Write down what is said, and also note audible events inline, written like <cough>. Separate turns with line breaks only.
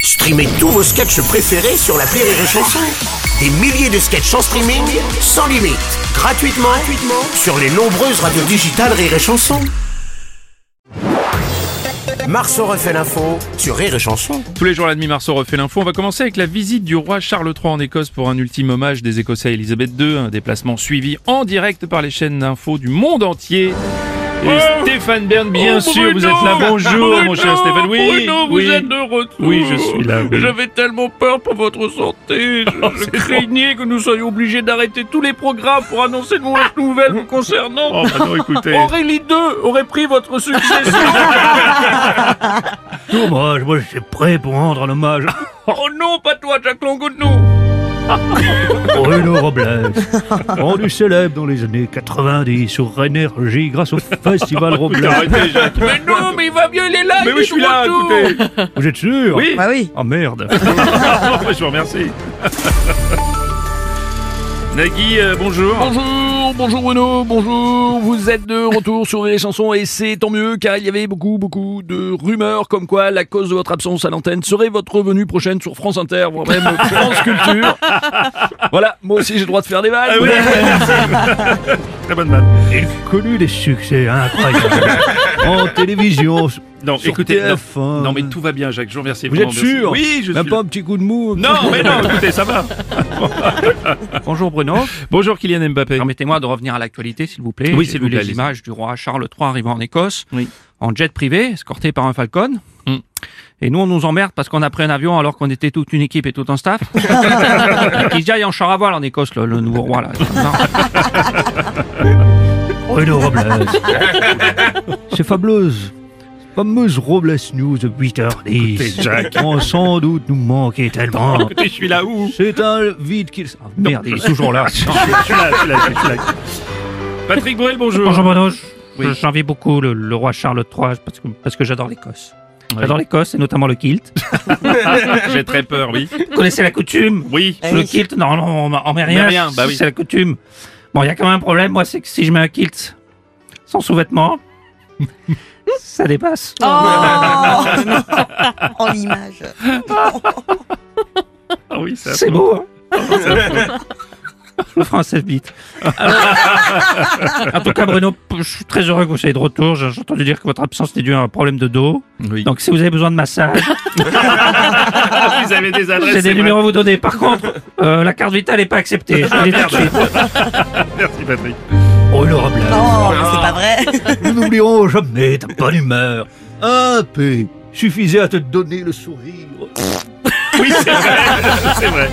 Streamez tous vos sketchs préférés sur la Rire et Chanson. Des milliers de sketchs en streaming, sans limite, gratuitement, gratuitement sur les nombreuses radios digitales Rire et Chanson. Marceau refait l'info sur Rire et Chanson.
Tous les jours à la demi-marceau refait l'info. On va commencer avec la visite du roi Charles III en Écosse pour un ultime hommage des Écossais à Elisabeth II. Un déplacement suivi en direct par les chaînes d'info du monde entier. Et Stéphane Bern, bien
Oh,
sûr, vous
Bruno
êtes là. Bonjour, mon
Bruno
cher Stéphane. Oui,
Bruno, vous
oui.
êtes de retour
Oui, je suis là, oui. Oh,
J'avais tellement peur pour votre
<laughs>
santé. Je, je craignais que nous soyons obligés d'arrêter tous les programmes pour annoncer de mauvaises nouvelles vous concernant.
Ah. Oh, bah non, écoutez.
Aurélie II aurait pris votre succession.
<laughs>
Dommage, moi j'étais prêt pour rendre un hommage
oh non, pas toi, Jacques Longonou.
à Bruno Robles, rendu célèbre dans les années 90 sur Énergie grâce au
<laughs>
Festival Robles.
Arrêtez, Jacques.
Mais non, mais il va bien, il est là.
Mais
il
oui,
est
je suis
de
là,
retour.
écoutez.
Vous êtes sûr
Oui.
Bah oui.
Ah merde
Oh, bah, je vous remercie. <laughs> Nagui, euh, bonjour.
Oh,
Bonjour, bonjour Bruno, bonjour, vous êtes de retour sur les chansons et c'est tant mieux car il y avait beaucoup beaucoup de rumeurs comme quoi la cause de votre absence à l'antenne serait votre revenue prochaine sur France Inter, voire
<laughs>
même France Culture. Voilà, moi aussi j'ai le droit de faire des balles.
Ah Oui, merci. Très bonne vanne.
Il connut des succès incroyables
<laughs>
en télévision.
Non,
Sur
écoutez, non.
TF1.
non, mais tout va bien, Jacques. Je vous remercie.
Vous
vraiment,
êtes
merci.
sûr
Oui, je
Même
suis
pas
là.
un petit coup de mou
Non, mais non, écoutez, ça
<laughs>
va.
Bonjour
<laughs>
Bruno.
Bonjour Kylian Mbappé.
Permettez-moi de revenir à l'actualité, s'il vous plaît.
Oui,
J'ai
s'il
vu
vous plaît,
Les
allez-y.
images du roi Charles III arrivant en Écosse,
Oui.
en jet privé, escorté par un Falcon.
Mm.
Et nous, on nous emmerde parce qu'on a pris un avion alors qu'on était toute une équipe et tout
<laughs>
un staff. Qui se dit, en char à voile en Écosse, le, le nouveau
<laughs>
roi. Là.
<laughs>
Bruno Robles. Ces fameuses, fameuses Robles News de 8h10 vont sans doute nous manquer tellement.
<laughs> Je suis là où
C'est un vide qui... Ah, merde, il est toujours là.
Patrick Bruel, bonjour.
Bonjour Bruno.
Oui.
J'envie beaucoup le, roi Charles III parce que, parce que j'adore l'Écosse.
J'adore
l'Écosse et notamment le kilt.
J'ai très peur, oui.
Vous connaissez la coutume
Oui.
Eh
Le
oui.
kilt, non, non, on met- on met
met
rien.
rien, bah oui.
C'est la coutume. Bon, il y a quand même un problème, moi, c'est que si je mets un kilt
<laughs>
sans sous-vêtements, ça dépasse.
Oh En l'image.
Ah oui, ça.
C'est beau, hein Je le ferai un 16 bits. Alors, en tout cas, Bruno, je suis très heureux que vous soyez de retour. J'ai j'ai entendu dire que votre absence était due à un problème de dos.
Oui.
Donc, si vous avez besoin de massage,
Ah, <laughs> vous avez des adresses.
j'ai
c'est
des numéros à vous donner. Par contre, euh, la carte vitale n'est pas acceptée.
Ah,
Je vous le dis tout de suite.
vrai. Merci Patrick.
Bruno Robles.
Non, Oh, mais c'est pas vrai.
<laughs> Nous n'oublierons jamais ta bonne humeur. Ah, Un P suffisait à te donner le sourire.
Oui, c'est vrai. C'est vrai.